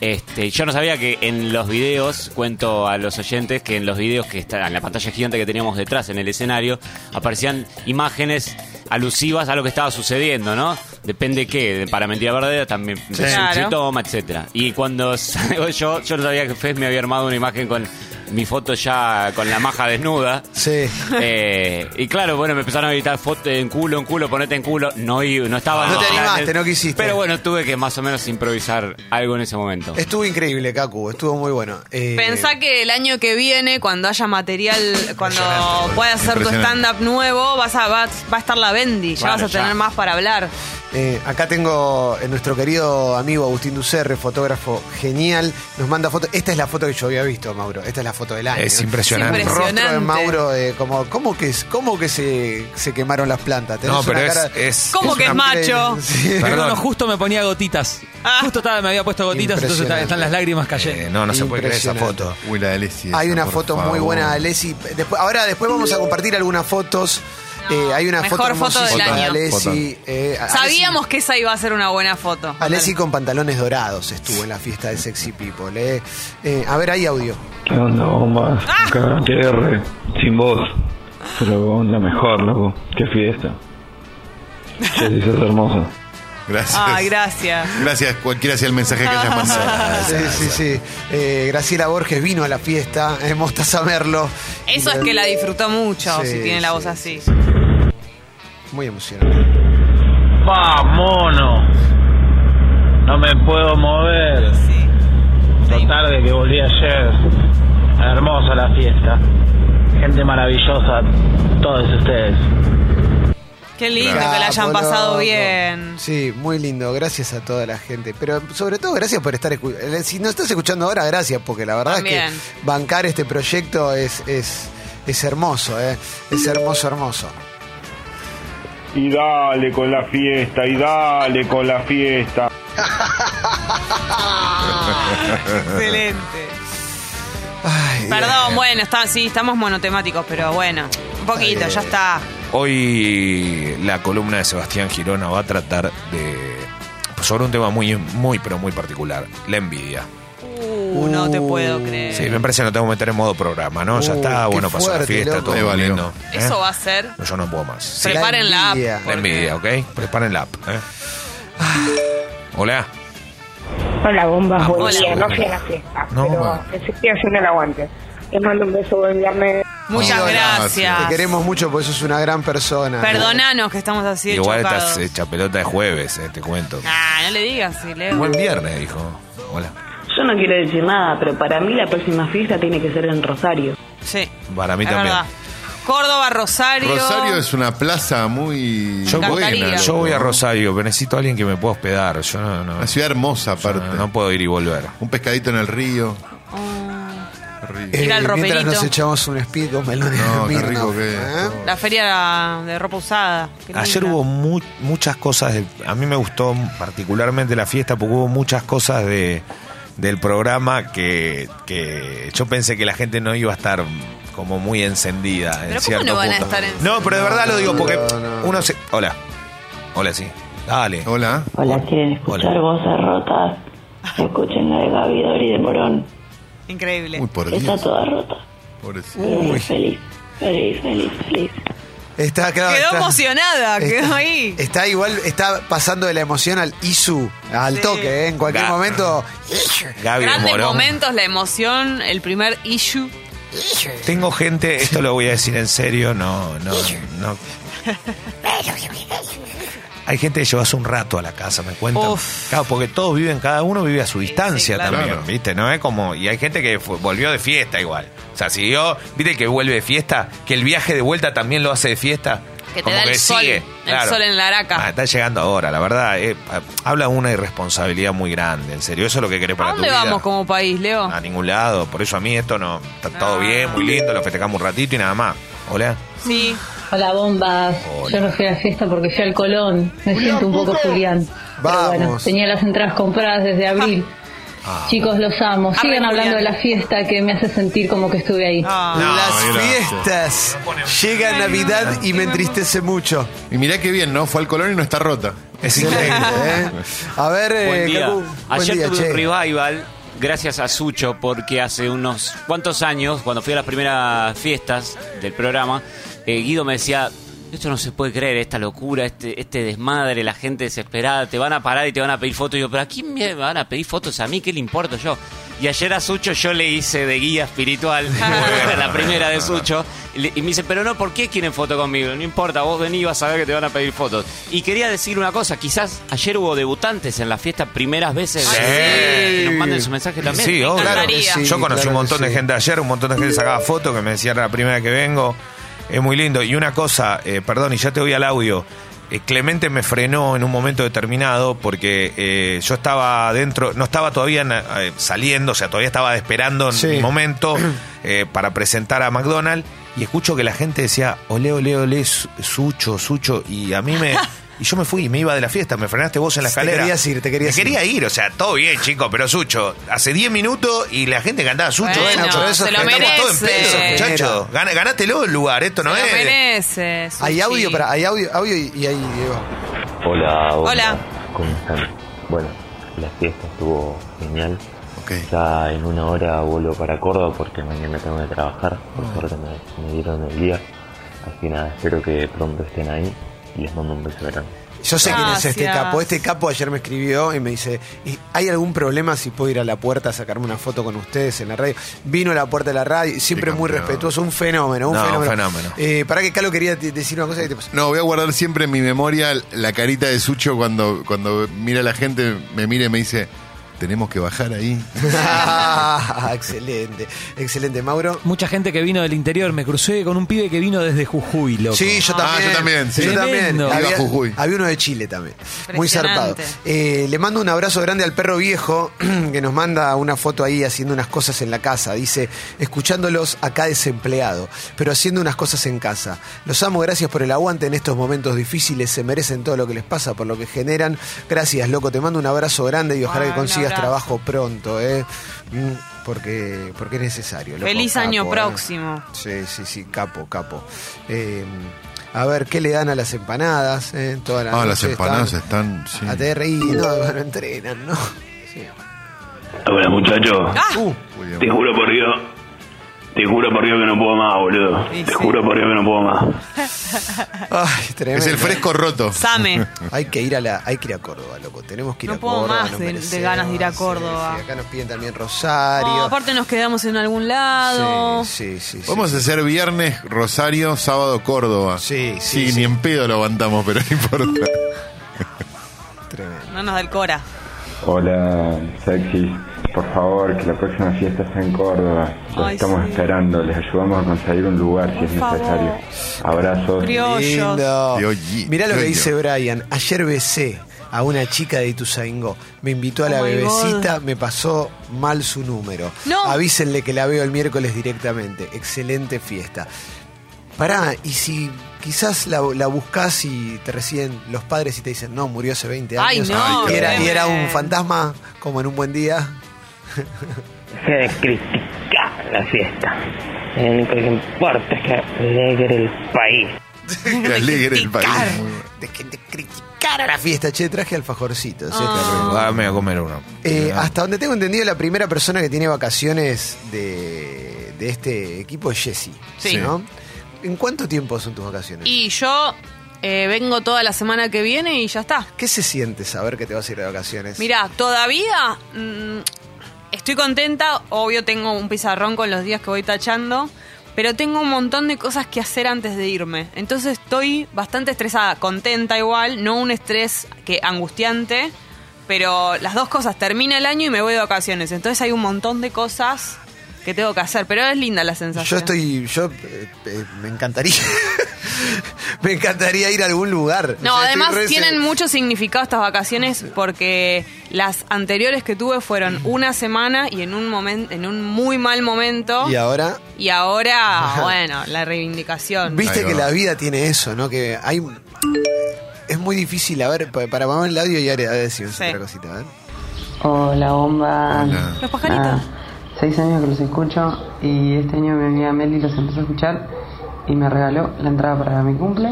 Este, yo no sabía que en los videos, cuento a los oyentes que en los videos que están en la pantalla gigante que teníamos detrás en el escenario, aparecían imágenes alusivas a lo que estaba sucediendo, ¿no? Depende qué, de- para mentira verdadera también se
Claro.
toma, etcétera. Y cuando salgo yo, yo no sabía que Fez me había armado una imagen con mi foto ya con la maja desnuda.
Sí.
Eh, y claro, bueno, me empezaron a gritar foto en culo, en culo, ponete en culo. No, i- no estaba.
No
en los
te animaste,
planes.
no quisiste.
Pero bueno, tuve que más o menos improvisar algo en ese momento.
Estuvo increíble, Cacu. Estuvo muy bueno. Eh,
Pensá que el año que viene, cuando haya material, cuando puedas hacer tu
Impresionante.
stand-up nuevo, vas a, va, va a estar la Bendy, ya
Bueno,
vas a tener
ya.
más para hablar.
Eh, acá tengo eh, nuestro querido amigo Agustín Ducerre, fotógrafo genial. Nos manda fotos. Esta es la foto que yo había visto, Mauro. Esta es la foto del año.
Es impresionante.
El rostro de
Impresionante.
Mauro, eh, como, ¿cómo que, es- cómo que se, se quemaron las plantas? Tenés
No, pero
una
es.
cara-
es-
¿Cómo que es
una-
macho?
Sí.
Perdón.
Perdón, justo me ponía gotitas.
Ah.
Justo estaba, me había puesto gotitas, entonces está- están las lágrimas cayendo.
eh, no, no se puede creer esa
Impresionante.
foto.
Uy, la de Alessi.
Hay
esa,
una
por
foto muy
favor.
buena de Alessi. Después, ahora, después vamos a compartir algunas fotos. Eh, hay una
Mejor foto del
hermosísima de
año.
Alessi. eh, Alessi-
Sabíamos que esa iba a ser una buena foto.
Alessi con pantalones dorados estuvo en la fiesta de Sexy People. eh. Eh, a ver, hay audio.
¿Qué onda, bombas? Acá, TR, sin voz. Pero la mejor, loco. Qué fiesta. Che, sí, sos hermoso.
Gracias.
Ay, gracias.
Gracias, cualquiera sea el mensaje que hayas mandado.
Sí, sí, sí. Eh, Graciela Borges vino a la fiesta, eh, Mostaza Merlo.
Eso es que la disfrutó mucho,
Sí,
si tiene la
sí,
voz así.
Muy emocionante.
mono! No me puedo mover. Lo tarde que volví ayer. Hermosa la fiesta. Gente maravillosa, todos ustedes.
Qué lindo
Capo,
que la hayan pasado
loco.
bien.
Sí, muy lindo. Gracias a toda la gente. Pero sobre todo, gracias por estar escuchando. Si nos estás escuchando ahora, gracias, porque la verdad es
También.
que bancar este proyecto es, es, es hermoso, ¿eh? Es hermoso, hermoso.
Y dale con la fiesta, y dale con la fiesta.
Excelente. Perdón, bueno, está, sí, estamos monotemáticos, pero bueno, un poquito, ya está.
Hoy la columna de Sebastián Girona va a tratar de sobre un tema muy, muy, pero muy particular, la envidia.
Uh, no te puedo creer.
Sí, me parece que lo tengo que meter en modo programa, ¿no? ya
Uh,
está,
qué
bueno, pasó la
fuerte,
fiesta,
loco.
todo
Me vale.
lindo. ¿eh?
Eso va a ser.
No, yo no puedo más.
Sí. Preparen la app, La envidia.
La envidia, ¿ok? Preparen la app. ¿eh?
Ah.
Hola.
Hola, bombas,
Ah,
buen
hola.
día. No fui a la fiesta,
No,
pero estoy haciendo el aguante. Les mando un beso, buen viernes.
Muchas gracias.
Te queremos mucho porque sos una gran persona. Eh,
Perdonanos que estamos así de
Igual
chocados.
estás hecha pelota de jueves, eh, te cuento.
Ah, no le digas, sí, Leo.
Buen viernes, dijo. Hola.
Yo no quiero decir nada, pero para mí la próxima fiesta tiene que ser en Rosario.
Sí,
Para mí
es
también.
verdad. Córdoba, Rosario.
Rosario es una plaza muy
Yo voy,
encantaría.
yo voy a Rosario, pero necesito a alguien que me pueda hospedar. Yo no, Una ciudad hermosa, aparte. No, no puedo ir y volver.
Un pescadito en el río.
Eh, mientras nos echamos un speed, dos melones de
No, qué
Mirna,
rico que es.
¿eh?
La feria de ropa usada. Qué lindo.
Ayer hubo mu- muchas cosas, de- a mí me gustó particularmente la fiesta porque hubo muchas cosas de, del programa que, que yo pensé que la gente no iba a estar como muy encendida. en
Pero ¿cómo
cierto
no van a
punto.
estar encendidos?
No, pero de verdad lo digo porque
No, no,
uno se... Hola, hola, sí. Dale. Hola.
Hola, ¿quieren escuchar voces rotas? Escuchen la de Gaby Dori de Morón.
Increíble.
Está toda rota.
Uy.
Feliz, feliz, feliz, feliz.
Está, claro,
Quedó
está-
emocionada, quedó
está-
ahí.
Está igual, está pasando de la emoción al ISU, al
Sí.
toque, ¿eh? en cualquier
Ga-
momento.
Gaby de
Grandes
Morón.
momentos, la emoción, el primer issue.
Tengo gente, esto lo voy a decir en serio, no, no, no. Hay gente que llevas un rato a la casa, me cuentan. Claro, porque todos viven, cada uno vive a su distancia
claro.
también,
Claro.
¿viste? ¿No es como y hay gente que fu- volvió de fiesta igual. O sea, siguió, ¿viste que vuelve de fiesta? Que el viaje de vuelta también lo hace de fiesta.
Que te
Como
da el sol.
sigue,
El
claro.
sol en la araca.
Ah, está llegando ahora, la verdad. eh, ah, habla de una irresponsabilidad muy grande, en serio. Eso es lo que querés para
¿A
tu
dónde
vida.
vamos como país, Leo?
Ah.
A ningún lado, por eso a mí esto no. Está todo bien, muy lindo, lo festejamos un ratito y nada más. Hola.
Sí.
Hola, bombas. Yo no fui a la fiesta porque fui al Colón. Me siento un poco Julián. Pero bueno,
Vamos.
tenía las entradas compradas desde abril.
Ah.
Chicos, los amo. Sigan hablando de la fiesta que me hace sentir como que estuve ahí.
Ah.
Las
gracias.
fiestas. Llega Navidad y me entristece mucho.
Y mirá qué bien, ¿no? Fue al Colón y no está rota.
Es increíble, ¿eh? A ver,
Buen
eh,
día.
Cacu, buen
Ayer
día,
tuve
che.
un revival gracias a Sucho porque hace unos cuantos años, cuando fui a las primeras fiestas del programa, eh, Guido me decía, esto no se puede creer, esta locura, este, este desmadre, la gente desesperada, te van a parar y te van a pedir fotos. Y yo, pero ¿a quién me van a pedir fotos? ¿A mí qué le importo yo? Y ayer a Sucho yo le hice de guía espiritual, la primera de Sucho, y le- y me dice, pero no, ¿por qué quieren foto conmigo? No importa, vos venís y vas a ver que te van a pedir fotos. Y quería decir una cosa, quizás ayer hubo debutantes en la fiesta primeras veces.
Sí.
Que nos manden su mensaje también.
Sí, obvio.
Claro.
Yo conocí un montón de gente ayer, un montón de gente sacaba fotos que me decía "Era la primera que vengo. Es muy lindo. Y una cosa, eh, perdón, y ya te voy al audio. Eh, Clemente me frenó en un momento determinado porque eh, yo estaba adentro, no estaba todavía na- eh, saliendo, o sea, todavía estaba esperando
Sí.
mi momento eh, para presentar a McDonald's y escucho que la gente decía, ole, ole, ole, Su- Sucho, Sucho, y a mí me... Y yo me fui, me iba de la fiesta, me frenaste vos en la
Te
escalera.
querías ir, te querías
Me
ir.
quería ir, o sea, todo bien, chicos, pero Sucho, hace 10 minutos y la gente cantaba Sucho.
Bueno,
Sucho,
se lo
estamos
merece.
todos en peso, muchachos. Gana- Ganátelo el lugar, esto no
Lo
es.
merece.
Hay
Sushi.
audio, para, hay audio, audio y, y hay Diego.
Hola,
Hola.
¿Cómo están? Bueno, la fiesta estuvo genial. Ya en una hora vuelvo para Córdoba porque mañana tengo que trabajar. Por suerte me, me dieron el día. Así que nada, espero que pronto estén ahí y les mando un beso grande.
Yo sé quién es este
Gracias.
capo. Este capo ayer me escribió y me dice, "¿Y ¿hay algún problema si puedo ir a la puerta a sacarme una foto con ustedes en la radio? Vino a la puerta de la radio, siempre muy respetuoso, un fenómeno, un
No, un
fenómeno.
fenómeno.
Eh, para que Calo quería te- decir una cosa que te pasó.
No, voy a guardar siempre en mi memoria la carita de Sucho cuando, cuando mira a la gente, me mira y me dice, tenemos que bajar ahí.
Ah, excelente, excelente, Mauro.
Mucha gente que vino del interior, me crucé con un pibe que vino desde Jujuy, loco.
Sí, Ah, yo también. Yo también.
Tremendo.
Había, había uno de Chile también. Muy zarpado.
Impresionante.
Eh, le mando un abrazo grande al perro viejo que nos manda una foto ahí haciendo unas cosas en la casa. Dice, escuchándolos acá desempleado, pero haciendo unas cosas en casa. Los amo, gracias por el aguante en estos momentos difíciles. Se merecen todo lo que les pasa, por lo que generan. Gracias, loco. Te mando un abrazo grande y ojalá
Ah,
que
un
consigas
abrazo.
trabajo pronto, ¿eh? Mm, Porque, porque es necesario. loco,
Feliz año
capo, ¿eh?
próximo.
Sí, sí, sí, capo, capo. Eh, a ver, ¿qué le dan a las empanadas? eh? Toda la
Ah, las
noche
empanadas
están
están... sí.
ATR y no, no entrenan, ¿no? Sí.
Hola muchacho,
Uh,
te juro por Dios, te juro por Dios que no puedo más, boludo.
eh.
Te juro por Dios que no puedo más.
ay, tremendo.
Ah, Es el fresco roto.
Same.
Hay que ir a la, hay que ir a Córdoba, loco. Tenemos que ir a
No puedo
Córdoba.
más
nos
de, de
merecemos.
ganas de ir a Córdoba.
Acá nos piden también
No,
Rosario.
Oh, aparte nos quedamos en algún lado.
sí, sí,
Vamos a hacer viernes, Rosario, sábado, Córdoba.
Sí,
sí. ni en pedo lo aguantamos, pero no importa.
No nos da el cora.
Hola, sexy. Por favor, que la próxima fiesta sea en Córdoba. Los
Ay,
estamos
sí.
esperando. Les ayudamos a conseguir un lugar si
Por
es necesario. Abrazos.
Lindo.
Criolli-
Mirá lo que
criollo.
dice Brian. Ayer besé a una chica de Ituzaingó. Me invitó a la
Oh my
bebecita, me pasó mal su número.
No.
Avísenle que la veo el miércoles directamente. Excelente fiesta. Pará, y si quizás la, la buscás y te reciben los padres y te dicen, no, murió hace 20
Ay,
años.
no,
y, era, y era un
tremendo.
fantasma, como en un buen día.
Se de criticar la fiesta. Lo único que importa es que alegre el país.
Que alegre el país.
Cara la fiesta, che, traje alfajorcitos. eh,
Ah, me voy a comer uno.
Eh, hasta donde tengo entendido, la primera persona que tiene vacaciones de, de este equipo es Jessy.
Sí.
¿no? ¿En cuánto tiempo son tus vacaciones?
Y yo eh, vengo toda la semana que viene y ya está.
¿Qué se siente saber que te vas a ir de vacaciones?
Mirá, todavía mm, estoy contenta. Obvio, tengo un pizarrón con los días que voy tachando. Pero tengo un montón de cosas que hacer antes de irme. Entonces estoy bastante estresada. Contenta igual. No un estrés que angustiante. Pero las dos cosas. Termina el año y me voy de vacaciones. Entonces hay un montón de cosas que tengo que hacer. Pero es linda la sensación.
Yo estoy. Yo eh, eh, me encantaría. me encantaría ir a algún lugar.
No,
O sea, estoy
además
re-
tienen mucho significado estas vacaciones porque las anteriores que tuve fueron una semana y en un momento, en un muy mal momento.
Y ahora.
Y ahora, bueno, la reivindicación.
Viste que la vida tiene eso, ¿no? Que hay. Es muy difícil, a ver, pa- para mamá el audio y ahora decimos
Sí.
otra cosita, ¿eh? a ver.
Hola, bomba.
Los pajaritos.
Nada, seis años que los escucho y este año mi amiga Meli los empezó a escuchar y me regaló la entrada para mi cumple.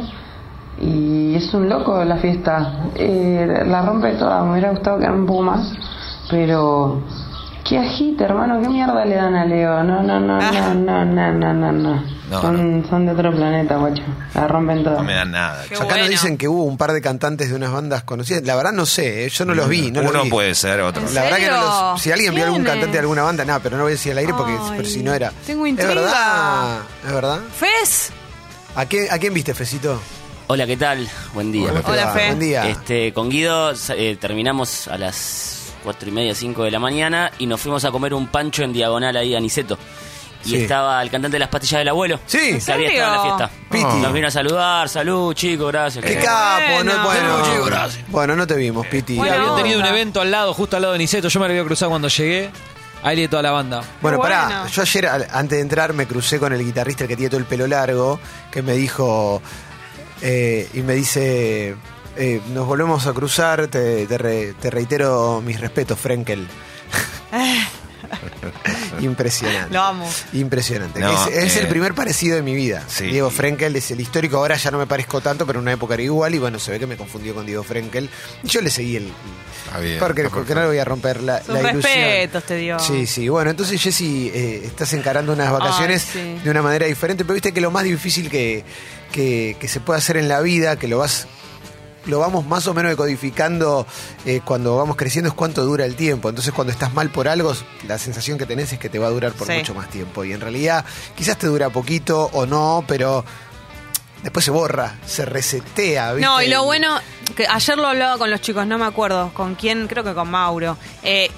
Y es un loco la fiesta. Eh, la rompe toda. Me hubiera gustado que un poco más, pero. Qué ajita, hermano. Qué mierda le dan a Leo. No, no, no,
Ah.
no, no, no, no, no. no.
No,
son, son de otro planeta, guacho. La rompen toda.
No me dan nada.
Acá nos dicen que hubo un par de cantantes de unas bandas conocidas. La verdad no sé, eh, yo no los vi. No los
Uno
vi.
puede ser, otro.
La verdad que no
serio?
los. Si alguien vio algún
¿Quiénes?
cantante de alguna banda, nada, pero no lo voy a decir al aire porque
Ay,
pero si no era.
tengo
Es
intriga.
verdad. Es verdad.
¿Fes?
¿A, qué- a quién viste, Fecito?
Hola, ¿qué tal? Buen día.
Hola, ¿qué Hola, tal? Fe. Buen día.
Este, con Guido eh, terminamos a las cuatro y media, 5 de la mañana y nos fuimos a comer un pancho en diagonal ahí a Niceto. Y
Sí.
estaba el cantante de las pastillas del abuelo. Sí. Que había estado en la fiesta.
Piti.
Nos vino a saludar. Salud, chicos, gracias.
¡Qué
Eh,
capo! No,
bueno.
bueno.
Salud, chicos, gracias.
bueno, no te vimos, Piti.
Y habían tenido un evento al lado, justo al lado de Niceto. Yo me lo había cruzado cuando llegué. Ahí de toda la banda.
Bueno, pará, yo ayer al- antes de entrar me crucé con el guitarrista el que tiene todo el pelo largo, que me dijo, eh, y me dice, eh, nos volvemos a cruzar. Te, te re- te reitero mis respetos, Frenkel. Impresionante.
Lo amo.
Impresionante.
No,
es es el
eh,
primer parecido de mi vida. Diego Frenkel es el histórico. Ahora ya no me parezco tanto, pero en una época era igual. Y bueno, se ve que me confundió con Diego Frenkel. Y yo le seguí el. porque porque no le voy a romper la,
Sus
la ilusión.
respetos te dio.
Sí, sí. Bueno, entonces Jessy, eh, estás encarando unas vacaciones
Ay, sí.
de una manera diferente, pero viste que lo más difícil que, que- que se puede hacer en la vida, que lo vas lo vamos más o menos decodificando eh, cuando vamos creciendo es cuánto dura el tiempo. Entonces cuando estás mal por algo, la sensación que tenés es que te va a durar por
Sí.
mucho más tiempo. Y en realidad quizás te dura poquito o no, pero después se borra, se resetea. ¿viste?
No, y lo bueno, que ayer lo hablaba con los chicos, no me acuerdo con quién, creo que con Mauro, eh,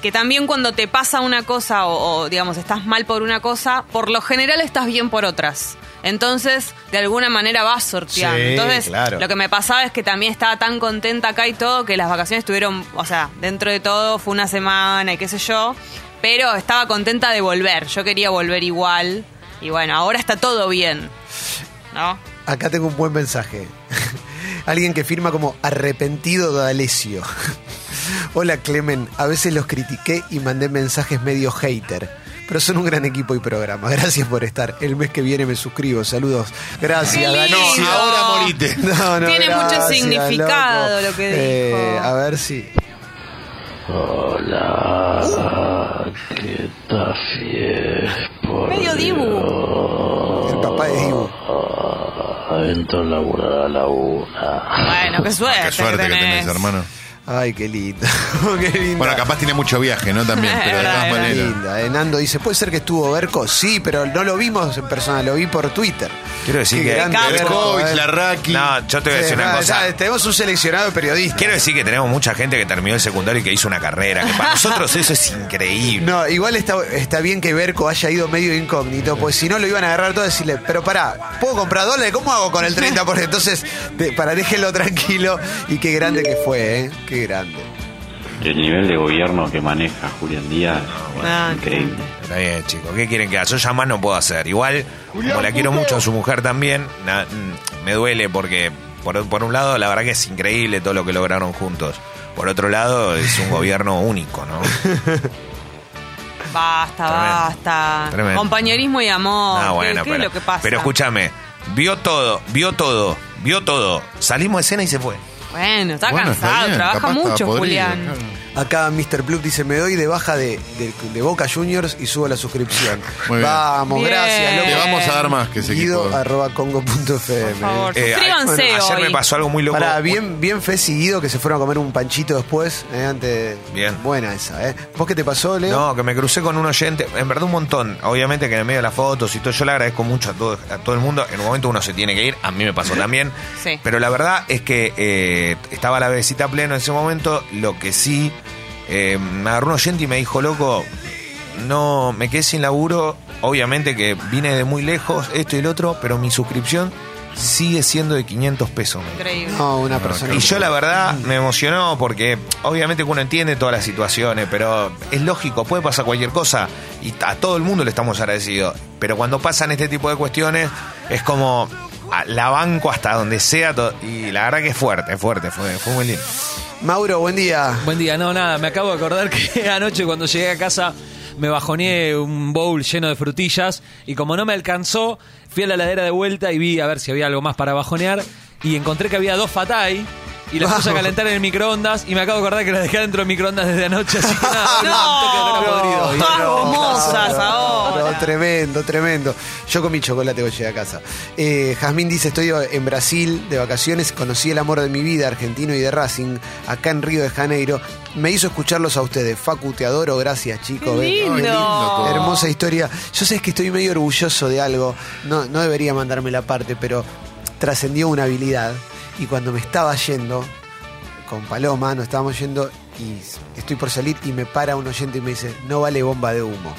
que también cuando te pasa una cosa o, o, digamos estás mal por una cosa, por lo general estás bien por otras. Entonces, de alguna manera vas sorteando.
Sí,
Entonces,
claro.
lo que me pasaba es que también estaba tan contenta acá y todo, que las vacaciones estuvieron, o sea, dentro de todo fue una semana y qué sé yo, pero estaba contenta de volver. Yo quería volver igual. Y bueno, ahora está todo bien. ¿No?
Acá tengo un buen mensaje. Alguien que firma como arrepentido de Alesio. Hola Clemen, a veces los critiqué y mandé mensajes medio hater. Pero son un gran equipo y programa. Gracias por estar. El mes que viene me suscribo. Saludos. Gracias,
¡Qué
Dani.
lindo!
ahora morite.
No, no,
Tiene mucho
gracias,
significado
loco.
lo que
Eh, a ver si.
Hola, ¿qué tal fiesta? Por
Medio
Dibu.
El papá de Dibu.
Entro a laburar a la una.
Bueno, qué suerte.
Qué suerte que tenés, hermano.
Ay, qué lindo. qué lindo.
Bueno, capaz tiene mucho viaje, ¿no? También, pero de
Ah,
todas maneras.
Linda. eh. Nando dice, ¿puede ser que estuvo Berco? Sí, pero no lo vimos en persona, lo vi por Twitter.
Quiero decir
Qué
que.
grande Berkovich, eh.
No, yo te voy a decir
Sí,
una
no,
cosa.
ya, tenemos un seleccionado de periodistas.
Quiero decir que tenemos mucha gente que terminó el secundario y que hizo una carrera. Que para nosotros eso es increíble.
No, igual está, está bien que Berco haya ido medio incógnito, pues si no lo iban a agarrar todo y decirle, pero pará, ¿puedo comprar dólares? ¿Cómo hago con el 30%? Porque entonces, de- para déjenlo tranquilo. Y qué grande que fue, ¿eh? Qué grande.
El nivel de gobierno que maneja Julián Díaz
Ah,
es increíble.
Está bien, chicos. ¿Qué quieren que haga? Yo ya más no puedo hacer. Igual, como la quiero mucho a su mujer también, na- mm, me duele porque, por, por un lado, la verdad que es increíble todo lo que lograron juntos. Por otro lado, es un gobierno único, ¿no?
Basta, basta.
Tremendo.
Compañerismo y amor.
Ah,
¿Qué-
bueno,
¿Qué,
pero,
es lo que pasa?
pero escúchame, vio todo, vio todo, vio todo. Salimos de escena y se fue.
Bueno, está
Bueno, está
cansado,
bien,
trabaja
capaz estaba
mucho,
podrido,
Julián.
Acá Mr. Plug dice, me doy de baja de, de- de Boca Juniors y subo la suscripción. Vamos,
Bien.
gracias.
Le vamos a dar más Ah, que ese
Guido
equipo.
arroba congo.fm. Por
favor, Eh, suscríbanse ayer me hoy. pasó
algo muy loco.
Pará, bien, bien fe seguido que se fueron a comer un panchito después. eh, antes
Bien.
Buena esa, ¿eh? ¿Vos qué te pasó, Leo?
No, que me crucé con un oyente, en verdad un montón. Obviamente que en el medio de las fotos y todo, yo le agradezco mucho a todo, a todo el mundo. En un momento uno se tiene que ir, a mí me pasó también.
Sí.
Pero la verdad es que eh, estaba la bebecita pleno en ese momento. Lo que sí, eh, me agarró un oyente y me dijo, loco, no, me quedé sin laburo. Obviamente que vine de muy lejos, esto y el otro, pero mi suscripción sigue siendo de 500 pesos. me dijo.
Increíble.
No, una persona.
Y yo la verdad me emocionó porque obviamente que uno entiende todas las situaciones, pero es lógico, puede pasar cualquier cosa y a todo el mundo le estamos agradecidos. Pero cuando pasan este tipo de cuestiones es como a- la banco hasta donde sea to- y la verdad que es fuerte, es fuerte, fue, fue muy lindo.
Mauro, buen día.
Buen día, no, nada, me acabo de acordar que anoche cuando llegué a casa me bajoneé un bowl lleno de frutillas y como no me alcanzó, fui a la ladera de vuelta y vi a ver si había algo más para bajonear y encontré que había dos fatay y las puse a calentar en el microondas y me acabo de acordar que las dejé dentro del microondas desde anoche, así que nada,
No,
no,
todas gomosas ahora.
No, tremendo, tremendo. Yo comí chocolate cuando llegué a casa. Eh, Jazmín dice, estoy en Brasil de vacaciones, conocí el amor de mi vida, argentino y de Racing, acá en Río de Janeiro. Me hizo escucharlos a ustedes. Facu, te adoro, gracias chicos.
Qué lindo. Ay, lindo todo.
Hermosa historia. Yo sé que estoy medio orgulloso de algo, no, no debería mandarme la parte, pero trascendió una habilidad y cuando me estaba yendo, con Paloma, nos estábamos yendo y estoy por salir y me para un oyente y me dice, no vale bomba de humo.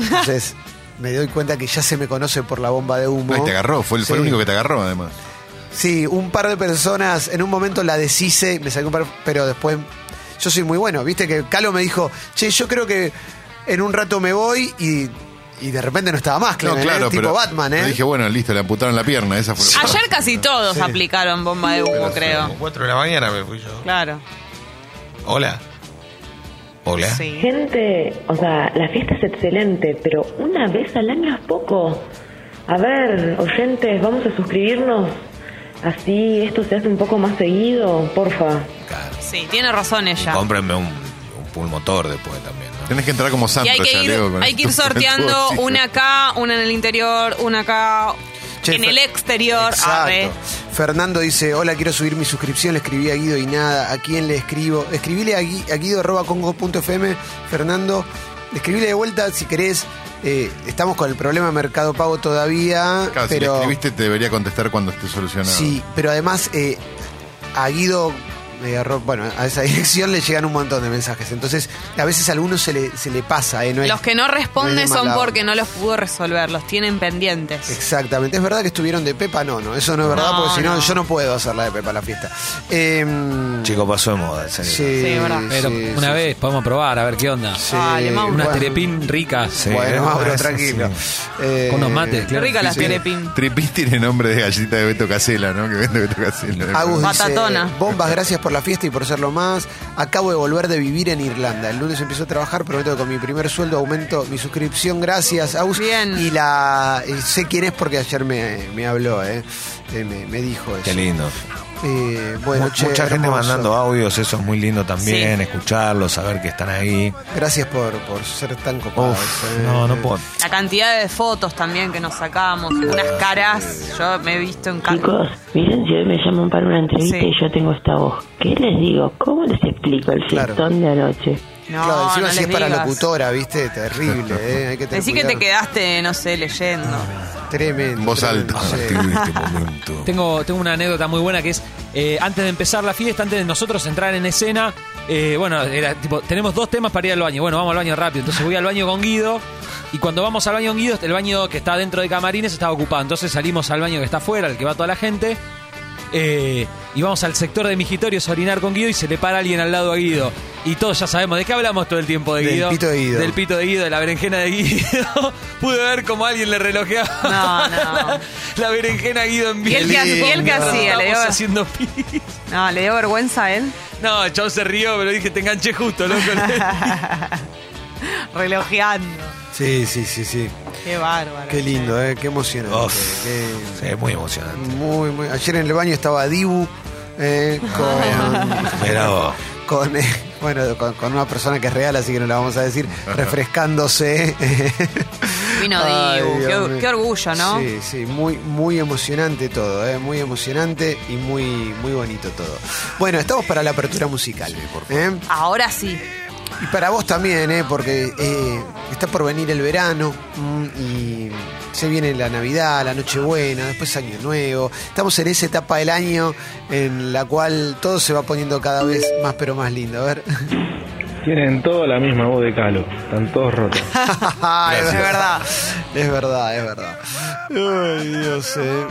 Entonces me doy cuenta que ya se me conoce por la bomba de humo.
No, y te agarró, fue el, fue el
Sí.
único que te agarró, además.
Sí, un par de personas, en un momento la deshice, me sacó un par, pero después yo soy muy bueno, viste que Calo me dijo, che, yo creo que en un rato me voy y... Y de repente no estaba más, Clemen,
no, claro,
¿eh? tipo
pero
Batman, ¿eh?
yo dije, bueno, listo, le amputaron la pierna, esa fue la-
Ayer casi todos
Sí.
aplicaron bomba de humo, creo.
4 de la mañana me fui yo.
Claro.
Hola. Hola.
Gente, o sea, la fiesta es excelente, pero una vez al año es poco. A ver, oyentes, vamos a suscribirnos. Así esto se hace un poco más seguido, porfa.
Sí, tiene razón ella.
Cómprenme un, un pulmotor después también. ¿no?
Tenés que entrar como
Y
santo,
hay que
ya,
ir,
Leo, con
hay que ir
esto.
sorteando
Sí.
una acá, una en el interior, una acá, en el exterior. Arre.
Exacto. Fernando dice, hola, quiero subir mi suscripción, le escribí a Guido y nada, ¿a quién le escribo? Escribile a, Gui- a guido.congo.fm, Fernando, escribile de vuelta si querés, Eh, estamos con el problema de Mercado Pago todavía,
Claro, si le
pero...
escribiste te debería contestar cuando esté solucionado.
Sí, pero además eh, a Guido, eh, a Rob, bueno, a esa dirección le llegan un montón de mensajes. Entonces, a veces a algunos se le, se le pasa. eh, no es-
Los que no
no
responden
es de
son
mala
porque no los pudo resolver, los tienen pendientes.
Exactamente. ¿Es verdad que estuvieron de Pepa? No, no, eso no es verdad,
No,
porque si no,
no.
yo no puedo hacer la de Pepa la fiesta. Em,
Chico, pasó de moda. en serio.
Sí, Sí, verdad.
Pero
sí,
una
sí,
vez podemos probar, a ver qué onda.
Dale, Mauro.
Unas
Bueno.
terepín ricas.
bueno, Mauro, tranquilo. Eh,
Con unos mates, claro.
rica la
Sí, sí.
Telepín.
Tripín tiene nombre de gallita de Beto Casela, ¿no? Que vende Beto Casela.
Agus dice,
Patatona.
bombas, gracias por la fiesta y por serlo más. Acabo de volver de vivir en Irlanda. El lunes empiezo a trabajar, prometo que con mi primer sueldo aumento mi suscripción. Gracias, Agus. Y la y sé quién es porque ayer me, me habló, eh. Eh, me, me dijo eso.
Qué lindo.
Eh, bueno,
Mu-
che,
Mucha gente
hermoso.
mandando ¿ah? audios, eso es muy lindo también,
Sí.
escucharlos, saber que están ahí.
Gracias por, por ser tan copados.
Uf,
eh.
no, no puedo.
La cantidad de fotos también que nos sacamos, unas caras, yo me he visto en
Chicos,
cara.
miren si hoy me llaman para una entrevista
Ah. Sí.
y yo tengo esta voz. ¿Qué les digo? ¿Cómo les explico el
Claro.
fiestón de anoche?
No,
claro, encima
no
si es
les
para
digas.
locutora, ¿viste? Terrible, ¿eh? Hay que tener
Decí que te
cuidado.
quedaste, no sé, leyendo.
Tremendo.
Voz
tremendo,
alta. este
sí.
Tengo, tengo una anécdota muy buena que es eh, antes de empezar la fiesta, antes de nosotros entrar en escena, eh, bueno, era tipo, tenemos dos temas para ir al baño. Bueno, vamos al baño rápido. Entonces voy al baño con Guido. Y cuando vamos al baño con Guido, el baño que está dentro de camarines estaba ocupado. Entonces salimos al baño que está afuera, al que va toda la gente. Eh, y vamos al sector de migitorios a orinar con Guido y se le para alguien al lado a Guido. Y todos ya sabemos de qué hablamos todo el tiempo de
Del
Guido.
pito de Guido.
Del pito de Guido, de la berenjena de Guido. Pude ver como alguien le relojeaba
No, no.
la, la berenjena a Guido en
¿Y él qué hace- y él qué hacía? Le dio-
Estamos haciendo pi-
No, le dio vergüenza a él.
No, el chabón se rió, pero dije, te enganché justo, loco.
Relojeando.
Sí, sí, sí, sí.
Qué bárbaro.
Qué lindo, ¿eh? Qué emocionante.
Sí, es muy emocionante.
Qué- muy, muy- Ayer en el baño estaba Dibu eh, con,
Mirá vos.
con, eh, bueno, con, con una persona que es real, así que no la vamos a decir, refrescándose.
Vino
Ay,
Dibu,
Dios
qué-
mío.
qué orgullo, ¿no?
Sí, sí, muy, muy emocionante todo, ¿eh? muy emocionante y muy, muy bonito todo. Bueno, estamos para la apertura musical. ¿eh?
Ahora sí.
Y para vos también, ¿eh? porque eh, está por venir el verano mm, y se viene la Navidad, la Nochebuena, después Año Nuevo. Estamos en esa etapa del año en la cual todo se va poniendo cada vez más pero más lindo. A ver.
Tienen toda la misma voz de Calo, están todos rotos.
es verdad, es verdad, es verdad. Ay, Dios. eh.